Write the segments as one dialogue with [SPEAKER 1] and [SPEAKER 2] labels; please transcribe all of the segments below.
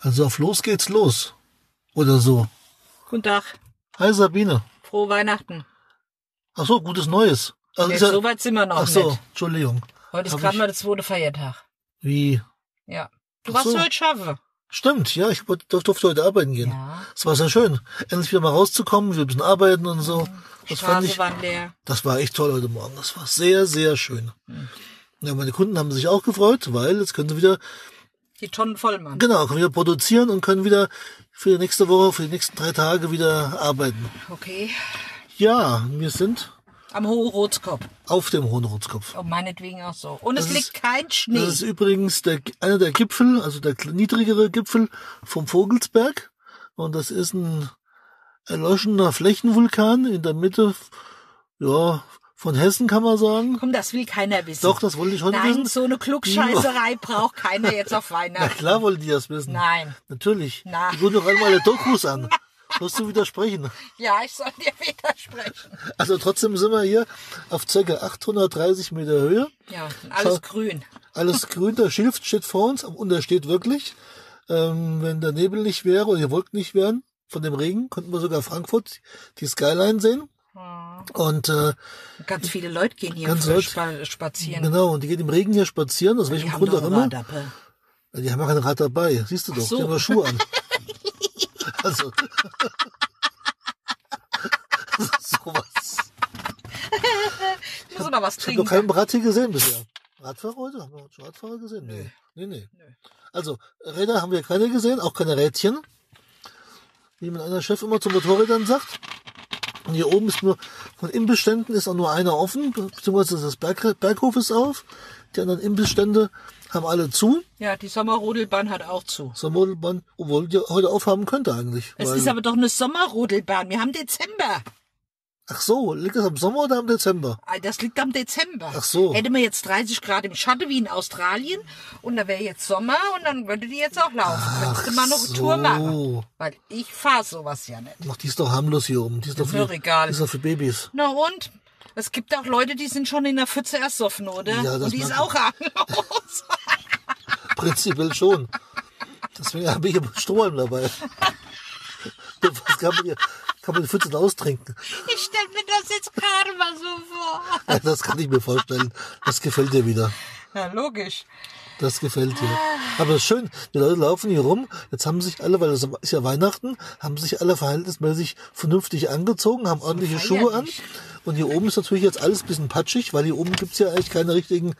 [SPEAKER 1] Also auf los geht's los. Oder so.
[SPEAKER 2] Guten Tag.
[SPEAKER 1] Hi Sabine.
[SPEAKER 2] Frohe Weihnachten.
[SPEAKER 1] Ach so, gutes Neues. Ach,
[SPEAKER 2] Nee,
[SPEAKER 1] ist ja-
[SPEAKER 2] so weit sind wir noch
[SPEAKER 1] Also, ach so,
[SPEAKER 2] nicht.
[SPEAKER 1] Entschuldigung.
[SPEAKER 2] Heute ist
[SPEAKER 1] Hab
[SPEAKER 2] gerade
[SPEAKER 1] ich-
[SPEAKER 2] mal der zweite Feiertag.
[SPEAKER 1] Wie?
[SPEAKER 2] Ja. Du
[SPEAKER 1] Ach
[SPEAKER 2] warst
[SPEAKER 1] so.
[SPEAKER 2] heute schaffen.
[SPEAKER 1] Stimmt, ja, ich wollte- durfte heute arbeiten gehen.
[SPEAKER 2] Ja.
[SPEAKER 1] Es war sehr schön, endlich wieder mal rauszukommen, wir müssen arbeiten und so.
[SPEAKER 2] Mhm.
[SPEAKER 1] Das fand
[SPEAKER 2] Straße
[SPEAKER 1] ich,
[SPEAKER 2] waren leer.
[SPEAKER 1] das war echt toll heute Morgen. Das war sehr, sehr schön.
[SPEAKER 2] Mhm.
[SPEAKER 1] Ja, meine Kunden haben sich auch gefreut, weil jetzt können sie wieder,
[SPEAKER 2] Die Tonnen voll, Mann.
[SPEAKER 1] genau, können wieder produzieren und können wieder für die nächste Woche, für die nächsten drei Tage wieder arbeiten.
[SPEAKER 2] Okay.
[SPEAKER 1] Ja, wir sind
[SPEAKER 2] Am Hohen Rotskopf.
[SPEAKER 1] auf dem Hohen Rotskopf.
[SPEAKER 2] Oh, meinetwegen auch so. Und es
[SPEAKER 1] Das ist-
[SPEAKER 2] liegt kein Schnee.
[SPEAKER 1] Das ist übrigens der, einer der Gipfel, also der kle- niedrigere Gipfel vom Vogelsberg. Und das ist ein erloschener Flächenvulkan in der Mitte, ja, von Hessen kann man sagen.
[SPEAKER 2] Komm, das will keiner wissen.
[SPEAKER 1] Doch, das wollte ich heute
[SPEAKER 2] Nein,
[SPEAKER 1] wissen.
[SPEAKER 2] so eine Klugscheißerei braucht keiner jetzt auf
[SPEAKER 1] Na
[SPEAKER 2] Weihnachten.
[SPEAKER 1] klar wollen die das wissen.
[SPEAKER 2] Nein.
[SPEAKER 1] Natürlich.
[SPEAKER 2] Na.
[SPEAKER 1] Die gucken doch einmal alle Dokus an. Musst du widersprechen.
[SPEAKER 2] Ja, ich soll dir widersprechen.
[SPEAKER 1] Also trotzdem sind wir hier auf ca. 830 Meter Höhe.
[SPEAKER 2] Ja, und alles
[SPEAKER 1] Schau.
[SPEAKER 2] grün.
[SPEAKER 1] Alles grün, der Schilf steht vor uns und da steht wirklich, ähm, wenn der Nebel nicht wäre oder die Wolken nicht wären, von dem Regen, könnten wir sogar Frankfurt, die Skyline sehen. Und äh,
[SPEAKER 2] Und ganz viele Leute gehen hier
[SPEAKER 1] Ganz
[SPEAKER 2] früh
[SPEAKER 1] Leute.
[SPEAKER 2] spa spazieren.
[SPEAKER 1] genau, und die gehen im Regen hier spazieren, aus welchem
[SPEAKER 2] Die haben
[SPEAKER 1] Grund
[SPEAKER 2] doch
[SPEAKER 1] auch
[SPEAKER 2] ein
[SPEAKER 1] immer.
[SPEAKER 2] Radappe.
[SPEAKER 1] Die haben ja kein Rad dabei, siehst du doch,
[SPEAKER 2] so.
[SPEAKER 1] die haben ja Schuhe an. also, sowas.
[SPEAKER 2] Ich muss noch was
[SPEAKER 1] Ich habe
[SPEAKER 2] trinken.
[SPEAKER 1] noch keinen Rad hier gesehen bisher. Radfahrer heute? Haben wir heute schon Radfahrer gesehen? Nee. Nee, nee. Also, Räder haben wir keine gesehen, auch keine Rädchen. Wie mein einer Chef immer zu Motorrädern sagt. Und hier oben ist nur, von Imbissständen ist auch nur einer offen, be- beziehungsweise das Berg, Berghof ist auf. Die anderen Imbissstände haben alle zu.
[SPEAKER 2] Ja, die Sommerrodelbahn hat auch zu.
[SPEAKER 1] So ein Modelbahn, obwohl die heute aufhaben könnte eigentlich.
[SPEAKER 2] Es
[SPEAKER 1] weil-
[SPEAKER 2] ist aber doch eine Sommerrodelbahn. Wir haben Dezember.
[SPEAKER 1] ach so, liegt das am Sommer oder am Dezember?
[SPEAKER 2] Ah, Das liegt am Dezember.
[SPEAKER 1] Ach so.
[SPEAKER 2] Hätte man jetzt 30 Grad im Schatten wie in Australien und da wäre jetzt Sommer und dann würde die jetzt auch laufen. Könntest du mal noch eine
[SPEAKER 1] so.
[SPEAKER 2] Tour machen. Weil ich fahre sowas ja nicht.
[SPEAKER 1] Ach, die ist doch harmlos hier oben. Die ist doch
[SPEAKER 2] mir
[SPEAKER 1] für,
[SPEAKER 2] egal.
[SPEAKER 1] Die ist doch für Babys.
[SPEAKER 2] Na und? Es gibt auch Leute, die sind schon in der Pfütze ersoffen, oder?
[SPEAKER 1] Ja, das
[SPEAKER 2] und die ist
[SPEAKER 1] mag-
[SPEAKER 2] auch harmlos.
[SPEAKER 1] Prinzipiell schon. Deswegen habe ich immer Strohhalm dabei. Was kann man hier? Kann man die Pfützen austrinken?
[SPEAKER 2] Ich stelle mir das jetzt gerade mal so vor.
[SPEAKER 1] Ja, Das kann ich mir vorstellen. Das gefällt dir wieder.
[SPEAKER 2] Ja, logisch.
[SPEAKER 1] Das gefällt dir. Aber schön, die Leute laufen hier rum. Jetzt haben sich alle, weil es ist ja Weihnachten, haben sich alle verhältnismäßig vernünftig angezogen, haben ordentliche Schuhe an.
[SPEAKER 2] feierlich.
[SPEAKER 1] Und hier oben ist natürlich jetzt alles ein bisschen patschig, weil hier oben gibt's ja eigentlich keine richtigen,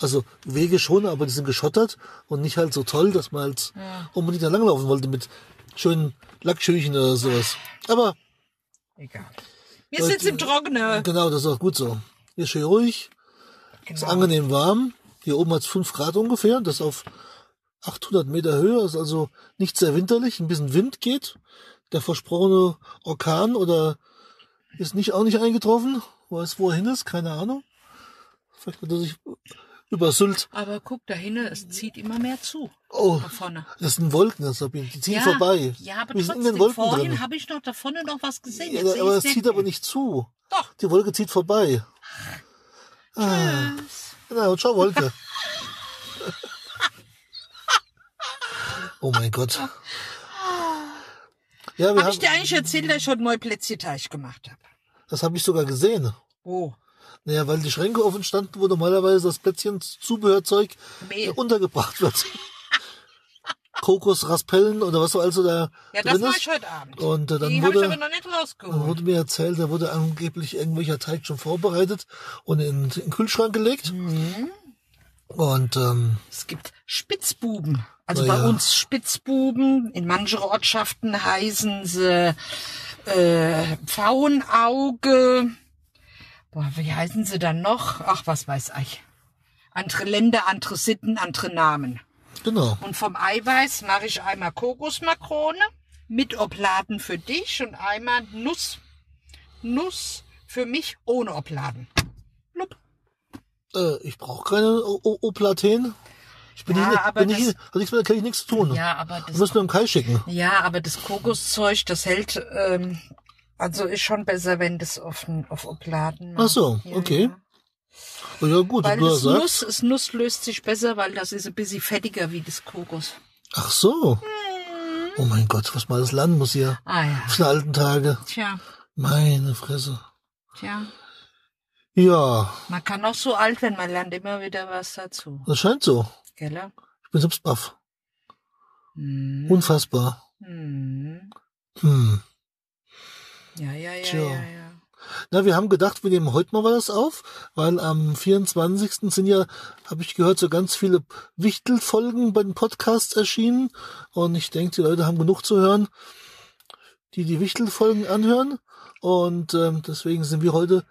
[SPEAKER 1] also Wege schon, aber die sind geschottert und nicht halt so toll, dass man halt unbedingt da langlaufen wollte mit schönen Lackschüchen oder sowas. Aber
[SPEAKER 2] Egal. Wir sitzen im Trockenen.
[SPEAKER 1] genau, das ist auch gut so. Hier ist schön ruhig, ist
[SPEAKER 2] Genau.
[SPEAKER 1] angenehm warm. Hier oben hat es 5 Grad ungefähr. und Das auf 800 Meter Höhe ist also nicht sehr winterlich. Ein bisschen Wind geht. Der versprochene Orkan oder ist nicht auch nicht eingetroffen. Weiß wohin ist, keine Ahnung. Vielleicht hat er sich übersüllt.
[SPEAKER 2] Aber guck, da hinten, es zieht immer mehr zu.
[SPEAKER 1] Oh,
[SPEAKER 2] Da vorne.
[SPEAKER 1] das sind Wolken, das Sabine. Die ziehen vorbei.
[SPEAKER 2] Ja, aber
[SPEAKER 1] Wir sind in
[SPEAKER 2] trotzdem,
[SPEAKER 1] den Wolken
[SPEAKER 2] vorhin
[SPEAKER 1] drin.
[SPEAKER 2] habe ich noch da vorne noch was gesehen.
[SPEAKER 1] Ja,
[SPEAKER 2] Jetzt sehe
[SPEAKER 1] aber es
[SPEAKER 2] ich's
[SPEAKER 1] zieht
[SPEAKER 2] nicht
[SPEAKER 1] aber
[SPEAKER 2] mehr.
[SPEAKER 1] nicht zu.
[SPEAKER 2] Doch.
[SPEAKER 1] Die Wolke zieht vorbei. Ah. Na, und schau, Wolke. oh mein Gott. Ja, wir
[SPEAKER 2] Habe
[SPEAKER 1] haben,
[SPEAKER 2] ich dir eigentlich erzählt, dass ich heute mal Plätzchenteig gemacht habe?
[SPEAKER 1] das habe ich sogar gesehen.
[SPEAKER 2] Oh.
[SPEAKER 1] Naja, weil die Schränke offen standen, wo normalerweise das Plätzchen Zubehörzeug
[SPEAKER 2] Mehl.
[SPEAKER 1] untergebracht wird. Kokosraspellen oder was so also da
[SPEAKER 2] Ja, das
[SPEAKER 1] drin
[SPEAKER 2] mache
[SPEAKER 1] ist.
[SPEAKER 2] ich heute Abend.
[SPEAKER 1] Und äh, dann
[SPEAKER 2] Die habe ich
[SPEAKER 1] wurde
[SPEAKER 2] aber noch nicht
[SPEAKER 1] Dann
[SPEAKER 2] rausgeholt.
[SPEAKER 1] wurde mir erzählt, da wurde angeblich irgendwelcher Teig schon vorbereitet und in, in den Kühlschrank gelegt.
[SPEAKER 2] Mhm.
[SPEAKER 1] Und ähm,
[SPEAKER 2] Es gibt Spitzbuben. Also
[SPEAKER 1] Na
[SPEAKER 2] bei
[SPEAKER 1] Oh ja.
[SPEAKER 2] uns Spitzbuben. In manchen Ortschaften heißen sie äh, Pfauenauge. Boah, wie heißen sie dann noch? Ach, was weiß ich. Andere Länder, andere Sitten, andere Namen.
[SPEAKER 1] genau.
[SPEAKER 2] Und vom Eiweiß mache ich einmal Kokosmakrone mit Obladen für dich und einmal Nuss. Nuss für mich ohne Obladen. Blub.
[SPEAKER 1] Äh, ich brauche keine O- O- Oplaten. Ich bin
[SPEAKER 2] Ja,
[SPEAKER 1] nicht,
[SPEAKER 2] aber
[SPEAKER 1] bin nicht, hat nichts mit der Kirche nichts zu tun.
[SPEAKER 2] Ja,
[SPEAKER 1] Du
[SPEAKER 2] aber das, Genau.
[SPEAKER 1] musst mir im Kai schicken.
[SPEAKER 2] ja, aber das Kokoszeug, das hält, ähm, also ist schon besser, wenn das auf, den- auf Obladen macht.
[SPEAKER 1] Ach so,
[SPEAKER 2] Ja,
[SPEAKER 1] okay.
[SPEAKER 2] ja.
[SPEAKER 1] Ja, ja gut,
[SPEAKER 2] Weil
[SPEAKER 1] wenn du das
[SPEAKER 2] das
[SPEAKER 1] sagst.
[SPEAKER 2] Nuss, das Nuss löst sich besser, weil das ist ein bisschen fettiger wie das Kokos.
[SPEAKER 1] Ach so.
[SPEAKER 2] Hm.
[SPEAKER 1] Oh mein Gott, was man alles lernen muss hier.
[SPEAKER 2] Ah ja.
[SPEAKER 1] Auf den alten Tage.
[SPEAKER 2] Tja,
[SPEAKER 1] Meine Fresse.
[SPEAKER 2] tja.
[SPEAKER 1] Ja,
[SPEAKER 2] Man kann auch so alt werden, man lernt immer wieder was dazu.
[SPEAKER 1] das scheint so.
[SPEAKER 2] Gell?
[SPEAKER 1] Ich bin selbst baff.
[SPEAKER 2] Hm.
[SPEAKER 1] Unfassbar.
[SPEAKER 2] Hm.
[SPEAKER 1] Hm.
[SPEAKER 2] Ja, ja, ja,
[SPEAKER 1] Tja.
[SPEAKER 2] ja, ja.
[SPEAKER 1] Na, wir haben gedacht, wir nehmen heute mal was auf, weil am 24. sind ja, habe ich gehört, so ganz viele Wichtelfolgen bei den Podcasts erschienen. Und ich denke, die Leute haben genug zu hören, die die Wichtelfolgen anhören. Und ähm, deswegen sind wir heute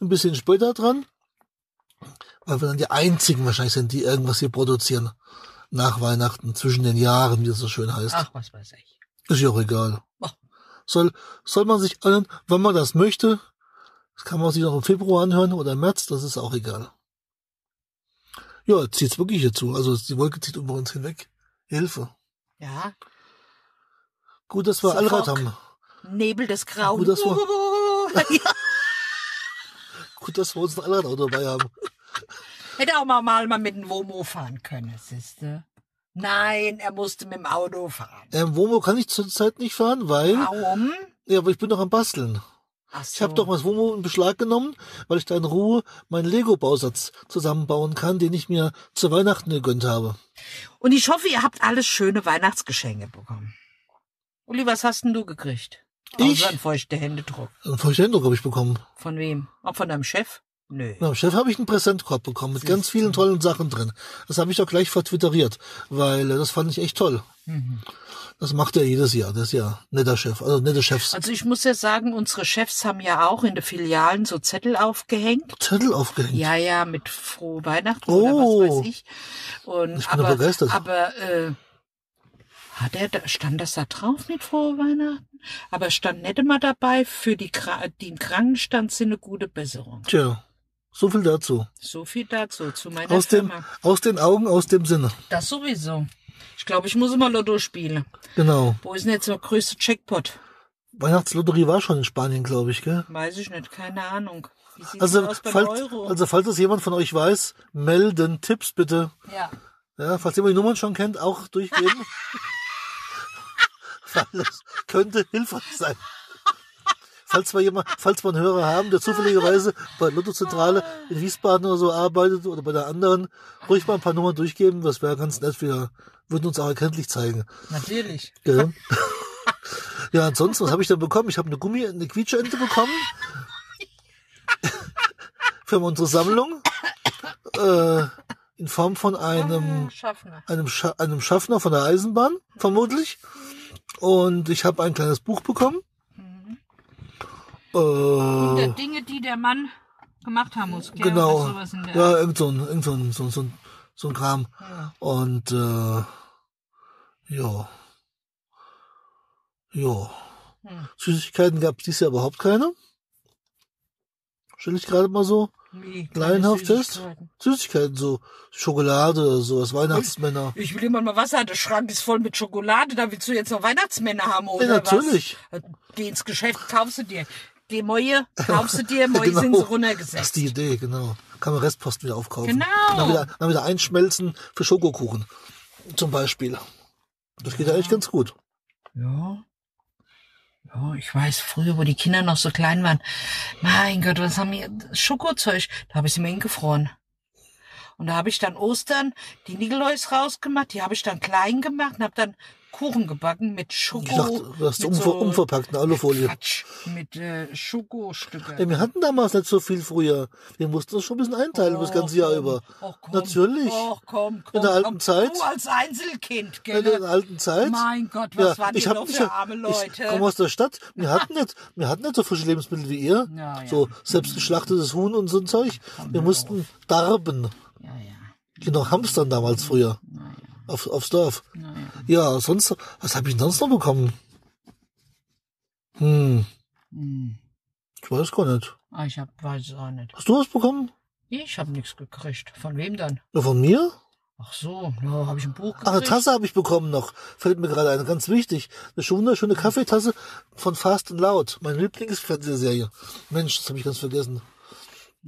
[SPEAKER 1] ein bisschen später dran, weil wir dann die einzigen wahrscheinlich sind, die irgendwas hier produzieren. Nach Weihnachten, zwischen den Jahren, wie es so schön heißt.
[SPEAKER 2] Ach, was weiß ich.
[SPEAKER 1] Ist ja auch egal.
[SPEAKER 2] Ach.
[SPEAKER 1] Soll, soll man sich anhören, wenn man das möchte. Das kann man sich auch im Februar anhören oder im März, das ist auch egal. Ja, zieht's wirklich hier zu. Also die Wolke zieht über uns hinweg. Hilfe.
[SPEAKER 2] Ja.
[SPEAKER 1] Gut, dass wir
[SPEAKER 2] Suffolk.
[SPEAKER 1] Allrad haben.
[SPEAKER 2] Nebel des Grauen.
[SPEAKER 1] Gut, das Gut, dass wir uns ein Allradauto dabei haben.
[SPEAKER 2] Hätte auch mal, mal mal mit dem Womo fahren können, siehste. Nein, er musste mit dem Auto fahren.
[SPEAKER 1] Ähm, Womo kann ich zurzeit nicht fahren, weil.
[SPEAKER 2] Warum?
[SPEAKER 1] Ja, aber ich bin noch am Basteln.
[SPEAKER 2] Ach
[SPEAKER 1] Hm?
[SPEAKER 2] so.
[SPEAKER 1] Ich habe doch mal das Womo in Beschlag genommen, weil ich da in Ruhe meinen Lego-Bausatz zusammenbauen kann, den ich mir zu Weihnachten gegönnt habe.
[SPEAKER 2] Und ich hoffe, ihr habt alles schöne Weihnachtsgeschenke bekommen. Uli, was hast denn du gekriegt?
[SPEAKER 1] Ich?
[SPEAKER 2] Außer ein feuchter Händedruck.
[SPEAKER 1] Einen feuchten Eindruck habe ich bekommen.
[SPEAKER 2] Von wem? Auch von deinem Chef? Nö.
[SPEAKER 1] Na, Chef habe ich einen Präsentkorb bekommen mit ganz vielen tollen Sachen drin. Das habe ich doch gleich vertwitteriert, weil äh, das fand ich echt toll.
[SPEAKER 2] Mhm.
[SPEAKER 1] Das macht er jedes Jahr. Das ist ja ein netter Chef, also nette Chefs.
[SPEAKER 2] Also ich muss ja sagen, unsere Chefs haben ja auch in den Filialen so Zettel aufgehängt.
[SPEAKER 1] Zettel aufgehängt.
[SPEAKER 2] Ja, ja, mit frohe Weihnachten oder was
[SPEAKER 1] Oh.
[SPEAKER 2] weiß ich. Und
[SPEAKER 1] Ich bin
[SPEAKER 2] aber,
[SPEAKER 1] doch begeistert.
[SPEAKER 2] aber äh, hat er da, stand das da drauf mit frohe Weihnachten? Aber stand nicht immer dabei, für die, Kra- die im Krankenstand sind eine gute Besserung.
[SPEAKER 1] Tja, so viel dazu.
[SPEAKER 2] So viel dazu, zu meiner
[SPEAKER 1] Aus dem,
[SPEAKER 2] Firma.
[SPEAKER 1] aus den Augen, aus dem Sinne.
[SPEAKER 2] Das sowieso. Ich glaube, ich muss immer Lotto spielen.
[SPEAKER 1] Genau.
[SPEAKER 2] Wo ist denn jetzt der größte Jackpot?
[SPEAKER 1] Weihnachtslotterie war schon in Spanien, glaube ich, gell?
[SPEAKER 2] Weiß ich nicht, keine Ahnung. Wie sieht's
[SPEAKER 1] Also
[SPEAKER 2] aus beim
[SPEAKER 1] falls,
[SPEAKER 2] Euro?
[SPEAKER 1] also, falls das jemand von euch weiß, melden Tipps bitte.
[SPEAKER 2] ja.
[SPEAKER 1] Ja, falls jemand die Nummern schon kennt, auch durchgeben. Weil das könnte hilfreich sein. Falls wir, jemand, falls wir einen Hörer haben, der zufälligerweise bei Lottozentrale in Wiesbaden oder so arbeitet oder bei der anderen, ruhig mal ein paar Nummern durchgeben, das wäre ganz nett. Wir würden uns auch erkenntlich zeigen.
[SPEAKER 2] Natürlich.
[SPEAKER 1] Gell? Ja, ansonsten, was habe ich denn bekommen? Ich habe eine Gummi, eine Quietscheente bekommen. Für unsere Sammlung. Äh, in Form von einem
[SPEAKER 2] Ah, Schaffner.
[SPEAKER 1] einem, Scha einem Schaffner von der Eisenbahn, vermutlich. Und ich habe ein kleines Buch bekommen. Äh,
[SPEAKER 2] Dinge, die der Mann gemacht haben muss. gell?
[SPEAKER 1] genau.
[SPEAKER 2] Oder sowas in der-
[SPEAKER 1] Ja, irgend so ein, irgend so ein, so, ein- so, ein- so ein Kram.
[SPEAKER 2] Ja.
[SPEAKER 1] Und äh, ja. Ja.
[SPEAKER 2] Hm.
[SPEAKER 1] Süßigkeiten gab es dieses Jahr überhaupt keine. Stelle ich gerade mal so.
[SPEAKER 2] Wie, kleine
[SPEAKER 1] Laienhaft ist.
[SPEAKER 2] Süßigkeiten.
[SPEAKER 1] Süßigkeiten, so Schokolade oder sowas, Weihnachtsmänner.
[SPEAKER 2] Ich will immer mal Wasser, der Schrank ist voll mit Schokolade, da willst du jetzt noch Weihnachtsmänner haben, oder
[SPEAKER 1] Ja, natürlich.
[SPEAKER 2] was? Äh, Geh ins Geschäft, kaufst du dir. Die Mäue kaufst du dir, Mäue
[SPEAKER 1] Genau.
[SPEAKER 2] sind so
[SPEAKER 1] Das ist
[SPEAKER 2] runtergesetzt.
[SPEAKER 1] die Idee, genau. Kann man Restpost wieder aufkaufen.
[SPEAKER 2] Genau.
[SPEAKER 1] Dann wieder, dann wieder einschmelzen für Schokokuchen. Zum Beispiel. Das geht ja eigentlich ganz gut.
[SPEAKER 2] Ja. Ja, ich weiß, früher, wo die Kinder noch so klein waren, mein Gott, was haben wir, Schokozeug, da habe ich sie mir hingefroren. Und da habe ich dann Ostern die Nigeläus rausgemacht, die habe ich dann klein gemacht und habe dann Kuchen gebacken mit Schoko.
[SPEAKER 1] Ich dachte, du hast
[SPEAKER 2] Oh, mit
[SPEAKER 1] umver umverpackt in Alufolie.
[SPEAKER 2] Quatsch, mit äh, Schokostücke.
[SPEAKER 1] Ja, wir hatten damals nicht so viel früher. Wir mussten uns schon ein bisschen einteilen, das ganze
[SPEAKER 2] Oh,
[SPEAKER 1] Jahr über.
[SPEAKER 2] Och, komm.
[SPEAKER 1] Natürlich.
[SPEAKER 2] Och, komm, komm,
[SPEAKER 1] In der alten
[SPEAKER 2] komm.
[SPEAKER 1] Zeit.
[SPEAKER 2] Du als Einzelkind,
[SPEAKER 1] In der
[SPEAKER 2] gell?
[SPEAKER 1] alten Zeit.
[SPEAKER 2] Mein Gott, was waren die
[SPEAKER 1] hab
[SPEAKER 2] noch
[SPEAKER 1] nicht-
[SPEAKER 2] für arme
[SPEAKER 1] Ich
[SPEAKER 2] Leute?
[SPEAKER 1] komme aus der Stadt. Wir hatten nicht, wir hatten nicht so frische Lebensmittel wie ihr.
[SPEAKER 2] Ja, ja.
[SPEAKER 1] So selbstgeschlachtetes Huhn und so ein Zeug. Wir mussten darben.
[SPEAKER 2] Ja, ja.
[SPEAKER 1] Genau, Hamstern damals früher. Auf, aufs Dorf. Ja, sonst, was habe ich denn sonst noch bekommen? Hm,
[SPEAKER 2] Hm.
[SPEAKER 1] ich weiß gar nicht.
[SPEAKER 2] Ah, ich hab, weiß es auch nicht.
[SPEAKER 1] Hast du was bekommen?
[SPEAKER 2] Ich habe nichts gekriegt. Von wem dann?
[SPEAKER 1] Ja, von mir?
[SPEAKER 2] Ach so, ja, habe ich ein Buch gekriegt.
[SPEAKER 1] Ach, eine Tasse habe ich bekommen noch. Fällt mir gerade ein. Ganz wichtig. Eine schon wunderschöne Kaffeetasse von Fast and Loud. Meine Lieblingsfernsehserie. Mensch, das habe ich ganz vergessen.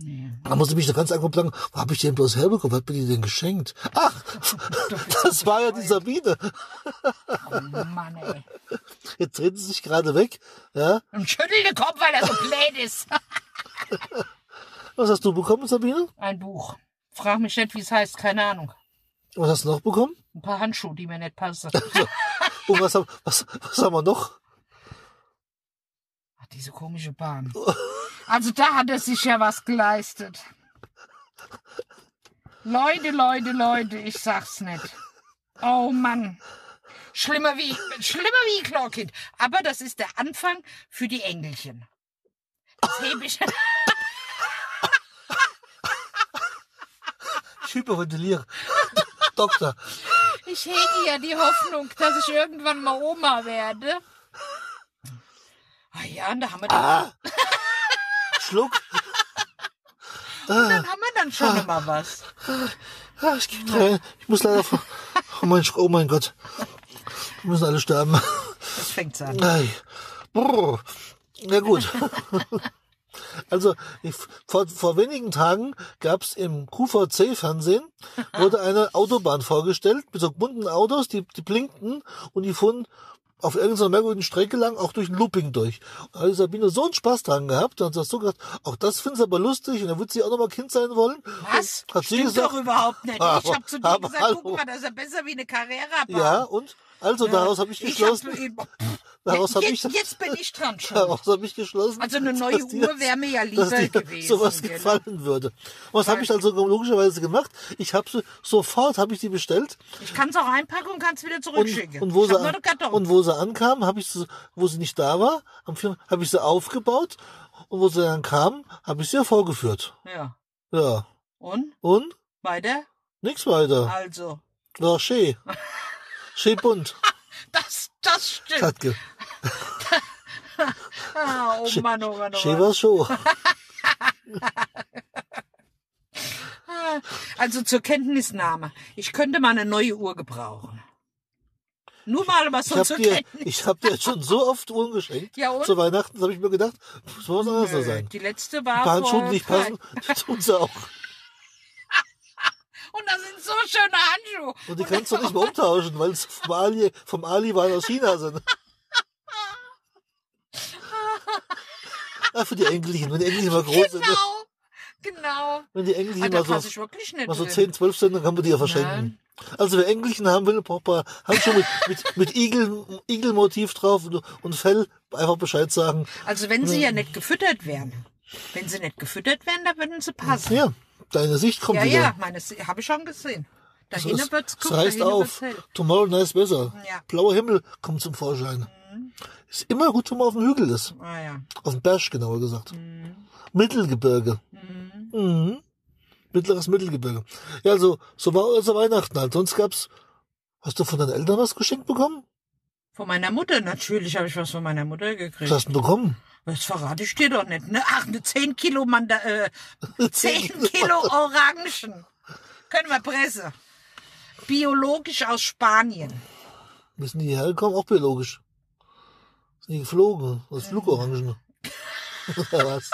[SPEAKER 1] Nee. Da musste mich noch ganz angucken, sagen, wo habe ich den bloß herbekommen? Was hat mir die denn geschenkt? Ach, das war ja die Sabine.
[SPEAKER 2] Oh Mann, ey.
[SPEAKER 1] Jetzt dreht sie sich gerade weg. Ja?
[SPEAKER 2] Und schüttelt den Kopf, weil er so blöd ist.
[SPEAKER 1] Was hast du bekommen, Sabine?
[SPEAKER 2] Ein Buch. Frag mich nicht, wie es heißt, keine Ahnung.
[SPEAKER 1] Was hast du noch bekommen?
[SPEAKER 2] Ein paar Handschuhe, die mir nicht passen.
[SPEAKER 1] Und was haben, was, was haben wir noch?
[SPEAKER 2] Ach, diese komische Bahn. Also da hat er sich ja was geleistet. Leute, Leute, Leute, ich sag's nicht. Oh Mann. Schlimmer wie, schlimmer wie Chlorkind. Aber das ist der Anfang für die Engelchen. Das heb ich.
[SPEAKER 1] Ich hyperventiliere. Doktor.
[SPEAKER 2] Ich hege ja die Hoffnung, dass ich irgendwann mal Oma werde. Ah ja, und da haben wir dann,
[SPEAKER 1] Ah. Schluck.
[SPEAKER 2] und dann haben wir dann schon immer was.
[SPEAKER 1] Ah, ich, krieg Tränen. ich muss leider. vor- Oh mein, Sch- oh mein Gott. Wir müssen alle sterben.
[SPEAKER 2] Das fängt's an.
[SPEAKER 1] Ei. Brr. Na gut. Also ich, vor, vor wenigen Tagen gab's im QVC-Fernsehen wurde eine Autobahn vorgestellt mit so bunten Autos, die, die blinkten und die fuhren auf irgendeiner merkwürdigen Strecke lang auch durch ein Looping durch. Und da hat die Sabine so einen Spaß dran gehabt und hat das so gedacht, auch das find's aber lustig und da wird sie auch nochmal Kind sein wollen.
[SPEAKER 2] Was?
[SPEAKER 1] Und Hat sie
[SPEAKER 2] Stimmt
[SPEAKER 1] gesagt,
[SPEAKER 2] doch überhaupt nicht. ich
[SPEAKER 1] Aber-
[SPEAKER 2] hab zu dir
[SPEAKER 1] aber
[SPEAKER 2] gesagt, guck
[SPEAKER 1] hallo.
[SPEAKER 2] mal, das ist ja besser wie eine Carrera.
[SPEAKER 1] ja und? Also daraus habe ich geschlossen, daraus habe ich, Genau.
[SPEAKER 2] jetzt, jetzt bin ich dran schon.
[SPEAKER 1] daraus habe ich geschlossen.
[SPEAKER 2] Also eine neue
[SPEAKER 1] dass die
[SPEAKER 2] Uhr
[SPEAKER 1] das-
[SPEAKER 2] wäre mir ja
[SPEAKER 1] dass
[SPEAKER 2] lieber
[SPEAKER 1] dir
[SPEAKER 2] gewesen.
[SPEAKER 1] sowas
[SPEAKER 2] genau.
[SPEAKER 1] gefallen würde. Und was habe ich also logischerweise gemacht? Ich habe sie sofort habe ich die bestellt
[SPEAKER 2] Ich kann es auch einpacken und kann es wieder
[SPEAKER 1] und,
[SPEAKER 2] zurückschicken.
[SPEAKER 1] und, wo,
[SPEAKER 2] ich hab
[SPEAKER 1] sie
[SPEAKER 2] nur
[SPEAKER 1] an,
[SPEAKER 2] den Karton.
[SPEAKER 1] und wo sie ankam, habe ich sie, wo sie nicht da war, am Film habe ich sie aufgebaut und wo sie dann kam, habe ich sie ja vorgeführt.
[SPEAKER 2] ja.
[SPEAKER 1] Ja.
[SPEAKER 2] Und?
[SPEAKER 1] Und
[SPEAKER 2] Weiter?
[SPEAKER 1] nichts weiter.
[SPEAKER 2] Also.
[SPEAKER 1] War schön. Schön bunt.
[SPEAKER 2] Das, das stimmt.
[SPEAKER 1] Katke.
[SPEAKER 2] Ah, oh Mann, oh Mann, oh
[SPEAKER 1] Schön
[SPEAKER 2] Mann.
[SPEAKER 1] war's schon.
[SPEAKER 2] Ah, Also zur Kenntnisnahme. Ich könnte mal eine neue Uhr gebrauchen. Nur mal was
[SPEAKER 1] Ich
[SPEAKER 2] so
[SPEAKER 1] habe
[SPEAKER 2] zur
[SPEAKER 1] dir,
[SPEAKER 2] Kenntnis.
[SPEAKER 1] ich hab dir jetzt schon so oft Uhren geschenkt.
[SPEAKER 2] Ja, und?
[SPEAKER 1] Zu Weihnachten habe ich mir gedacht, muss was anderes
[SPEAKER 2] Nö,
[SPEAKER 1] sein.
[SPEAKER 2] Die letzte war
[SPEAKER 1] Ein paar Handschuhe,
[SPEAKER 2] vor
[SPEAKER 1] die nicht
[SPEAKER 2] drei-
[SPEAKER 1] passen, die tun sie auch.
[SPEAKER 2] Und da sind so schöne Handschuhe.
[SPEAKER 1] Und die kannst du nicht mehr umtauschen, weil es vom Ali, vom Ali waren aus China sind. Ah, für die Enkelchen, wenn die Enkelchen mal groß sind, ne?
[SPEAKER 2] Genau. Genau.
[SPEAKER 1] wenn die
[SPEAKER 2] Ah,
[SPEAKER 1] Enkelchen
[SPEAKER 2] da
[SPEAKER 1] mal
[SPEAKER 2] passe ich
[SPEAKER 1] so,
[SPEAKER 2] wirklich nicht
[SPEAKER 1] mal so
[SPEAKER 2] drin.
[SPEAKER 1] 10, 12 sind, dann kann man die ja verschenken. Also wer Enkelchen haben will, braucht mal Handschuhe mit, mit, mit Igel, Igelmotiv drauf und, und Fell, einfach Bescheid sagen.
[SPEAKER 2] Also wenn
[SPEAKER 1] Hm.
[SPEAKER 2] sie ja nicht gefüttert werden. Wenn sie nicht gefüttert werden, dann würden sie passen.
[SPEAKER 1] Ja, deine Sicht kommt
[SPEAKER 2] Ja,
[SPEAKER 1] wieder.
[SPEAKER 2] ja, meine habe ich schon gesehen. Da
[SPEAKER 1] So,
[SPEAKER 2] hinten wird's
[SPEAKER 1] es
[SPEAKER 2] guck,
[SPEAKER 1] reißt
[SPEAKER 2] da
[SPEAKER 1] auf.
[SPEAKER 2] Wird's hell.
[SPEAKER 1] Tomorrow Night besser.
[SPEAKER 2] Ja. Mhm.
[SPEAKER 1] Blauer Himmel kommt zum Vorschein. Ist immer gut, wenn man auf dem Hügel ist.
[SPEAKER 2] Ah ja.
[SPEAKER 1] Auf dem Berg, genauer gesagt.
[SPEAKER 2] Mhm.
[SPEAKER 1] Mittelgebirge. Mhm. Mittleres Mittelgebirge. Ja, also, so war unser Weihnachten halt. Sonst gab's, hast du von deinen Eltern was geschenkt bekommen?
[SPEAKER 2] Von meiner Mutter, natürlich habe ich was von meiner Mutter gekriegt.
[SPEAKER 1] Was hast du denn bekommen?
[SPEAKER 2] Das verrate ich dir doch nicht. Ne? Ach, eine 10 Kilo Manda äh, 10 Kilo Orangen. Können wir pressen. Biologisch aus Spanien.
[SPEAKER 1] Müssen die hierher gekommen? Auch biologisch. Sind die geflogen? Das Flugorangen. was?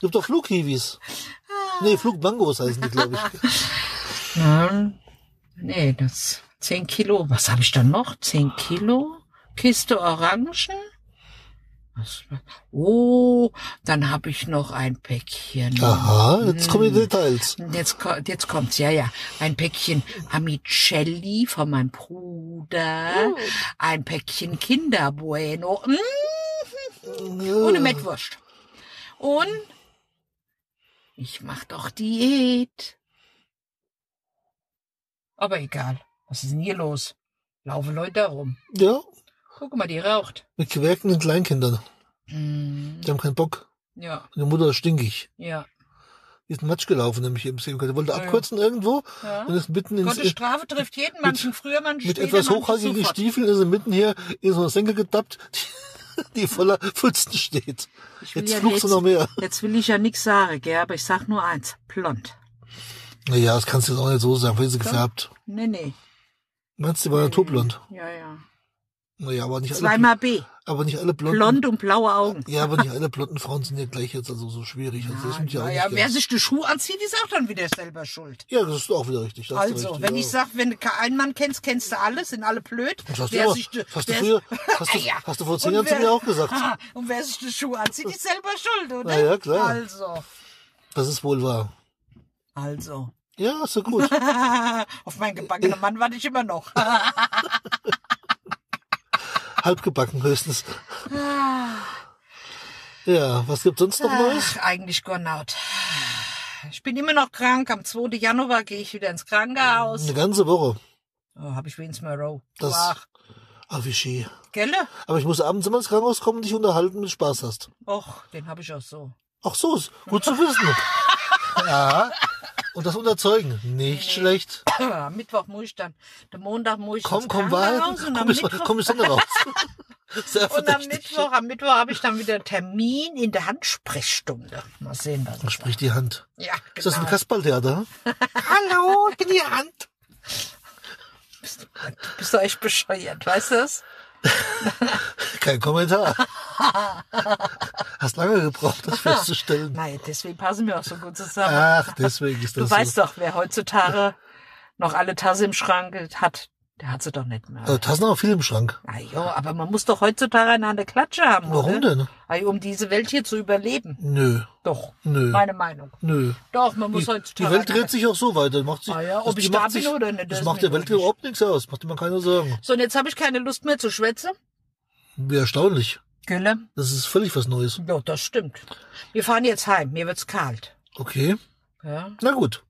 [SPEAKER 1] Gibt doch Flugkiwis. Nee, Flugmangos heißen die, glaube ich.
[SPEAKER 2] Ja, nee, das 10 Kilo. Was habe ich dann noch? 10 Kilo? Kiste Orangen? Was, war- oh, dann habe ich noch ein Päckchen.
[SPEAKER 1] Aha, jetzt kommen
[SPEAKER 2] Hm.
[SPEAKER 1] die Details.
[SPEAKER 2] Jetzt, ko- jetzt kommt's, ja, ja. Ein Päckchen Amicelli von meinem Bruder. Ein Päckchen Kinder Bueno. Mm,
[SPEAKER 1] Äh,
[SPEAKER 2] ohne Mettwurst. Und ich mach doch Diät. Aber egal. Was ist denn hier los? Laufen Leute da rum.
[SPEAKER 1] Ja,
[SPEAKER 2] Guck mal, die raucht.
[SPEAKER 1] mit gewerkenden Kleinkindern.
[SPEAKER 2] Mm,
[SPEAKER 1] Die haben keinen Bock.
[SPEAKER 2] ja,
[SPEAKER 1] Und die Mutter ist stinkig.
[SPEAKER 2] ja.
[SPEAKER 1] Die ist ein Matsch gelaufen, nämlich im Seeunkel. Die wollte
[SPEAKER 2] Ja, ja.
[SPEAKER 1] abkürzen irgendwo
[SPEAKER 2] ja.
[SPEAKER 1] und ist mitten ins,
[SPEAKER 2] Gottes Strafe trifft jeden, manchen früher, manchen
[SPEAKER 1] äh, mit
[SPEAKER 2] später.
[SPEAKER 1] etwas
[SPEAKER 2] manchen
[SPEAKER 1] hochhackigen
[SPEAKER 2] sofort.
[SPEAKER 1] Stiefeln ist sie mitten hier in so einer Senke getappt, die, die voller Pfützen steht.
[SPEAKER 2] Ich will
[SPEAKER 1] Jetzt
[SPEAKER 2] ja
[SPEAKER 1] flucht sie noch mehr.
[SPEAKER 2] Jetzt will ich ja nix sagen, gell, aber ich sag nur eins. Blond.
[SPEAKER 1] Naja, das kannst du jetzt auch nicht so sagen, weil sie gefärbt.
[SPEAKER 2] Nee, nee.
[SPEAKER 1] Meinst du, die war naturblond?
[SPEAKER 2] Ja, ja.
[SPEAKER 1] Naja, aber nicht alle,
[SPEAKER 2] Äh, Zweimal B.
[SPEAKER 1] aber nicht alle blonden.
[SPEAKER 2] Blond und blaue Augen.
[SPEAKER 1] Ja, aber nicht alle blonden Frauen sind ja gleich jetzt also so schwierig. Also das sind ja, auch
[SPEAKER 2] Naja,
[SPEAKER 1] nicht
[SPEAKER 2] Ah, wer
[SPEAKER 1] gern.
[SPEAKER 2] sich die Schuhe anzieht, ist auch dann wieder selber schuld.
[SPEAKER 1] ja, das ist auch wieder richtig. Das ist
[SPEAKER 2] Also,
[SPEAKER 1] richtig,
[SPEAKER 2] wenn
[SPEAKER 1] ja.
[SPEAKER 2] ich sage, wenn du keinen Mann kennst, kennst du alles, sind alle blöd.
[SPEAKER 1] Das hast du, aber, das hast du, früher, hast du,
[SPEAKER 2] Ja.
[SPEAKER 1] hast du vor
[SPEAKER 2] Und
[SPEAKER 1] zehn Jahren zu
[SPEAKER 2] wer- Ah.
[SPEAKER 1] mir auch gesagt.
[SPEAKER 2] und wer sich die Schuhe anzieht, ist selber schuld, oder?
[SPEAKER 1] Na ja, klar.
[SPEAKER 2] Also,
[SPEAKER 1] Das ist wohl wahr.
[SPEAKER 2] also.
[SPEAKER 1] Ja, ist ja gut.
[SPEAKER 2] Auf meinen gebackenen Mann warte ich immer noch.
[SPEAKER 1] Halb gebacken höchstens. Ja, was gibt sonst noch
[SPEAKER 2] Ah.
[SPEAKER 1] Neues?
[SPEAKER 2] Ach, eigentlich Gornaut. Ich bin immer noch krank. Am 2. Januar gehe ich wieder ins Krankenhaus.
[SPEAKER 1] Eine ganze Woche.
[SPEAKER 2] Oh, habe ich wenigstens mal Row.
[SPEAKER 1] Das-
[SPEAKER 2] Ach,
[SPEAKER 1] Ah, wie schön.
[SPEAKER 2] gelle?
[SPEAKER 1] Aber ich muss abends immer ins Krankenhaus kommen und dich unterhalten, wenn du Spaß hast.
[SPEAKER 2] Och, den habe ich auch so.
[SPEAKER 1] Ach so, ist gut zu wissen. ja. Und das unterzeugen. Nicht schlecht.
[SPEAKER 2] Am Ah, Mittwoch muss ich dann, den Montag muss ich
[SPEAKER 1] Komm,
[SPEAKER 2] ins
[SPEAKER 1] komm,
[SPEAKER 2] Krankenhaus
[SPEAKER 1] Wahrheit.
[SPEAKER 2] und am
[SPEAKER 1] Komm, ich,
[SPEAKER 2] Mittwoch,
[SPEAKER 1] komm ich Sonne raus. Sehr
[SPEAKER 2] und am
[SPEAKER 1] verdächtig.
[SPEAKER 2] Mittwoch, am Mittwoch habe ich dann wieder Termin in der Handsprechstunde. Mal sehen, was es
[SPEAKER 1] Sprich die Hand.
[SPEAKER 2] Ja, genau.
[SPEAKER 1] Ist das ein Kasperltheater? hm? Hallo, ich bin die Hand.
[SPEAKER 2] bist, du- bist du echt bescheuert, weißt du das?
[SPEAKER 1] Kein Kommentar. Hast lange gebraucht, das festzustellen.
[SPEAKER 2] Nein, deswegen passen wir auch so gut zusammen.
[SPEAKER 1] Ach, deswegen ist
[SPEAKER 2] Du
[SPEAKER 1] Ah, das
[SPEAKER 2] weißt
[SPEAKER 1] so.
[SPEAKER 2] doch, wer heutzutage noch alle Tasse im Schrank hat, der hat sie doch nicht mehr.
[SPEAKER 1] Also, Tassen haben wir viel im Schrank.
[SPEAKER 2] Na jo, aber man muss doch heutzutage eine an der Klatsche haben.
[SPEAKER 1] Warum
[SPEAKER 2] oder?
[SPEAKER 1] denn?
[SPEAKER 2] Ei, Um diese Welt hier zu überleben.
[SPEAKER 1] Nö,
[SPEAKER 2] Doch,
[SPEAKER 1] nö,
[SPEAKER 2] meine Meinung.
[SPEAKER 1] nö.
[SPEAKER 2] Doch, man muss
[SPEAKER 1] Die, die
[SPEAKER 2] heutzutage.
[SPEAKER 1] Welt
[SPEAKER 2] eine-
[SPEAKER 1] dreht sich auch so weiter. Macht sich,
[SPEAKER 2] Ah ja, ob
[SPEAKER 1] das- die
[SPEAKER 2] ich da
[SPEAKER 1] macht
[SPEAKER 2] bin oder nicht, das
[SPEAKER 1] Das
[SPEAKER 2] ist
[SPEAKER 1] macht
[SPEAKER 2] mir
[SPEAKER 1] der Welt
[SPEAKER 2] wurscht.
[SPEAKER 1] überhaupt nichts aus. Macht dir mal keine Sorgen.
[SPEAKER 2] So, und jetzt habe ich keine Lust mehr zu schwätzen.
[SPEAKER 1] Wie erstaunlich.
[SPEAKER 2] Gülle?
[SPEAKER 1] Das ist völlig was Neues.
[SPEAKER 2] Ja, das stimmt. Wir fahren jetzt heim, mir wird's kalt.
[SPEAKER 1] Okay.
[SPEAKER 2] Ja.
[SPEAKER 1] Na gut.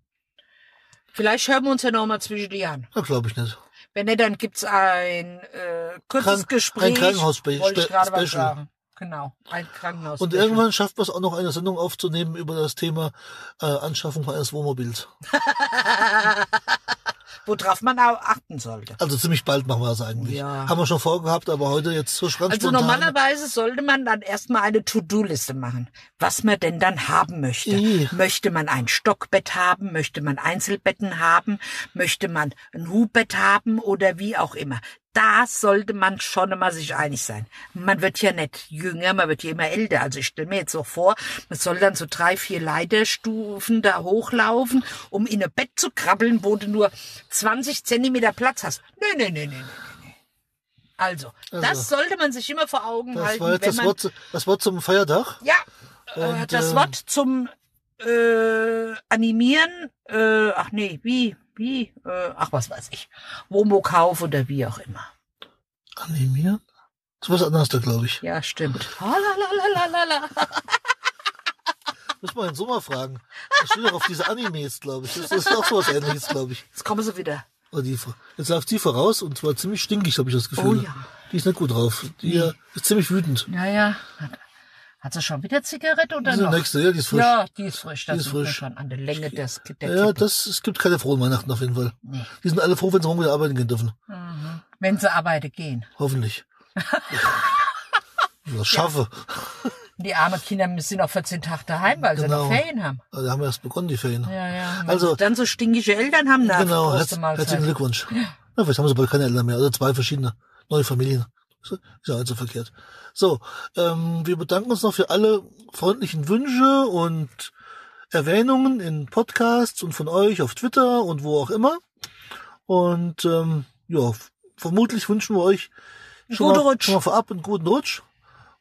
[SPEAKER 2] Vielleicht hören wir uns ja nochmal zwischen die an.
[SPEAKER 1] Na, glaube ich nicht.
[SPEAKER 2] Wenn nicht, dann gibt's ein äh, kurzes
[SPEAKER 1] Krank-
[SPEAKER 2] Gespräch.
[SPEAKER 1] ein Krankenhaus-Spe-
[SPEAKER 2] Wollte ich gerade was
[SPEAKER 1] Special.
[SPEAKER 2] sagen. Genau, ein Krankenhaus.
[SPEAKER 1] Und irgendwann schafft man es auch noch, eine Sendung aufzunehmen über das Thema äh, Anschaffung eines Wohnmobils.
[SPEAKER 2] worauf man auch achten sollte.
[SPEAKER 1] Also ziemlich bald machen wir das eigentlich.
[SPEAKER 2] Ja.
[SPEAKER 1] Haben wir schon vorgehabt, aber heute jetzt so schrank
[SPEAKER 2] Also
[SPEAKER 1] spontan.
[SPEAKER 2] normalerweise sollte man dann erstmal eine To-Do-Liste machen, was man denn dann haben möchte.
[SPEAKER 1] I.
[SPEAKER 2] Möchte man ein Stockbett haben, möchte man Einzelbetten haben, möchte man ein Hubbett haben oder wie auch immer. Da sollte man schon immer sich einig sein. Man wird ja nicht jünger, man wird ja immer älter. Also ich stelle mir jetzt so vor, man soll dann so drei, vier Leiterstufen da hochlaufen, um in ein Bett zu krabbeln, wo du nur 20 Zentimeter Platz hast. Nee, nee, nee, nee, nee. Also, das sollte man sich immer vor Augen
[SPEAKER 1] das
[SPEAKER 2] halten.
[SPEAKER 1] war jetzt
[SPEAKER 2] wenn
[SPEAKER 1] das
[SPEAKER 2] man,
[SPEAKER 1] Wort, zu- das Wort zum Feiertag.
[SPEAKER 2] Ja, äh,
[SPEAKER 1] Und,
[SPEAKER 2] das
[SPEAKER 1] äh,
[SPEAKER 2] Wort zum äh, Animieren. Äh, ach nee, wie, wie, äh, ach was weiß ich. Womo Kauf oder wie auch immer.
[SPEAKER 1] Animieren? So was anderes da, glaube ich.
[SPEAKER 2] Ja, stimmt. Halalalala.
[SPEAKER 1] Müssen wir den Sommer fragen. Das steht doch auf diese Animes, glaube ich. Das ist auch so was ähnliches, glaube ich.
[SPEAKER 2] Jetzt kommen sie wieder.
[SPEAKER 1] Und die, jetzt läuft sie voraus und zwar ziemlich stinkig, habe ich das Gefühl.
[SPEAKER 2] Oh ja.
[SPEAKER 1] Die ist nicht gut drauf. Die äh, ist ziemlich wütend.
[SPEAKER 2] Naja. Hat sie schon wieder Zigarette oder
[SPEAKER 1] Das ist die
[SPEAKER 2] noch?
[SPEAKER 1] Also, nächste, ja, die ist frisch.
[SPEAKER 2] Ja, die ist frisch. Das
[SPEAKER 1] Die ist
[SPEAKER 2] sieht man
[SPEAKER 1] frisch.
[SPEAKER 2] schon an der Länge des der
[SPEAKER 1] Ja,
[SPEAKER 2] Kippe.
[SPEAKER 1] das, es gibt keine frohen Weihnachten auf jeden Fall.
[SPEAKER 2] Nee.
[SPEAKER 1] Die sind alle froh, wenn sie morgen wieder arbeiten gehen dürfen.
[SPEAKER 2] Mhm. Wenn sie arbeiten gehen.
[SPEAKER 1] Hoffentlich. Wenn ich das schaffe.
[SPEAKER 2] Und Die armen Kinder müssen noch 14 Tage daheim, weil sie
[SPEAKER 1] Genau.
[SPEAKER 2] noch Ferien haben.
[SPEAKER 1] Also, Da haben wir erst begonnen, die Ferien.
[SPEAKER 2] Ja, ja. Wenn
[SPEAKER 1] Also-
[SPEAKER 2] sie dann so stinkige Eltern haben, na,
[SPEAKER 1] genau,
[SPEAKER 2] große
[SPEAKER 1] herz, herzlichen
[SPEAKER 2] Mahlzeit.
[SPEAKER 1] Glückwunsch. Na, vielleicht haben sie bald keine Eltern mehr. Oder zwei verschiedene neue Familien. Ist ja allzu verkehrt. So, ähm, wir bedanken uns noch für alle freundlichen Wünsche und Erwähnungen in Podcasts und von euch auf Twitter und wo auch immer. Und ähm, ja, f- vermutlich wünschen wir euch schon,
[SPEAKER 2] guten
[SPEAKER 1] mal,
[SPEAKER 2] Rutsch.
[SPEAKER 1] schon mal vorab einen guten Rutsch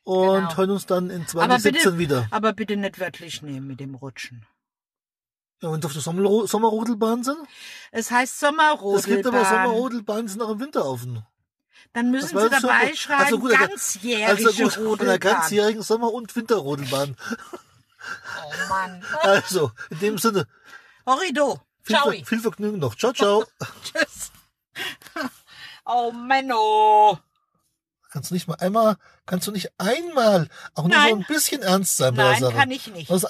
[SPEAKER 1] und
[SPEAKER 2] Genau.
[SPEAKER 1] hören uns dann in
[SPEAKER 2] Aber
[SPEAKER 1] 2017
[SPEAKER 2] bitte,
[SPEAKER 1] wieder.
[SPEAKER 2] aber bitte nicht wörtlich nehmen mit dem Rutschen.
[SPEAKER 1] Ja, wenn sie auf der Sommerro- Sommerrodelbahn sind.
[SPEAKER 2] Es heißt
[SPEAKER 1] Es gibt aber
[SPEAKER 2] Sommerrodelbahn.
[SPEAKER 1] Sommerrodelbahnen, die sind auch im Winter offen.
[SPEAKER 2] Dann müssen
[SPEAKER 1] Das
[SPEAKER 2] sie
[SPEAKER 1] war jetzt
[SPEAKER 2] dabei
[SPEAKER 1] so-
[SPEAKER 2] schreiben,
[SPEAKER 1] also gut, also-
[SPEAKER 2] ganzjährige
[SPEAKER 1] Also gut, von der
[SPEAKER 2] Rodelbahn.
[SPEAKER 1] ganzjährigen Sommer- und Winterrodelbahn.
[SPEAKER 2] Oh Mann.
[SPEAKER 1] Also, in dem Sinne,
[SPEAKER 2] Horrido.
[SPEAKER 1] viel,
[SPEAKER 2] Ciao.
[SPEAKER 1] Ver viel Vergnügen noch. Ciao, ciao.
[SPEAKER 2] Tschüss. Oh Menno.
[SPEAKER 1] Kannst du nicht mal einmal, kannst du nicht einmal, auch nur
[SPEAKER 2] Nein.
[SPEAKER 1] so ein bisschen ernst sein bei der
[SPEAKER 2] Nein,
[SPEAKER 1] Sache?
[SPEAKER 2] kann ich nicht.
[SPEAKER 1] Das ist alles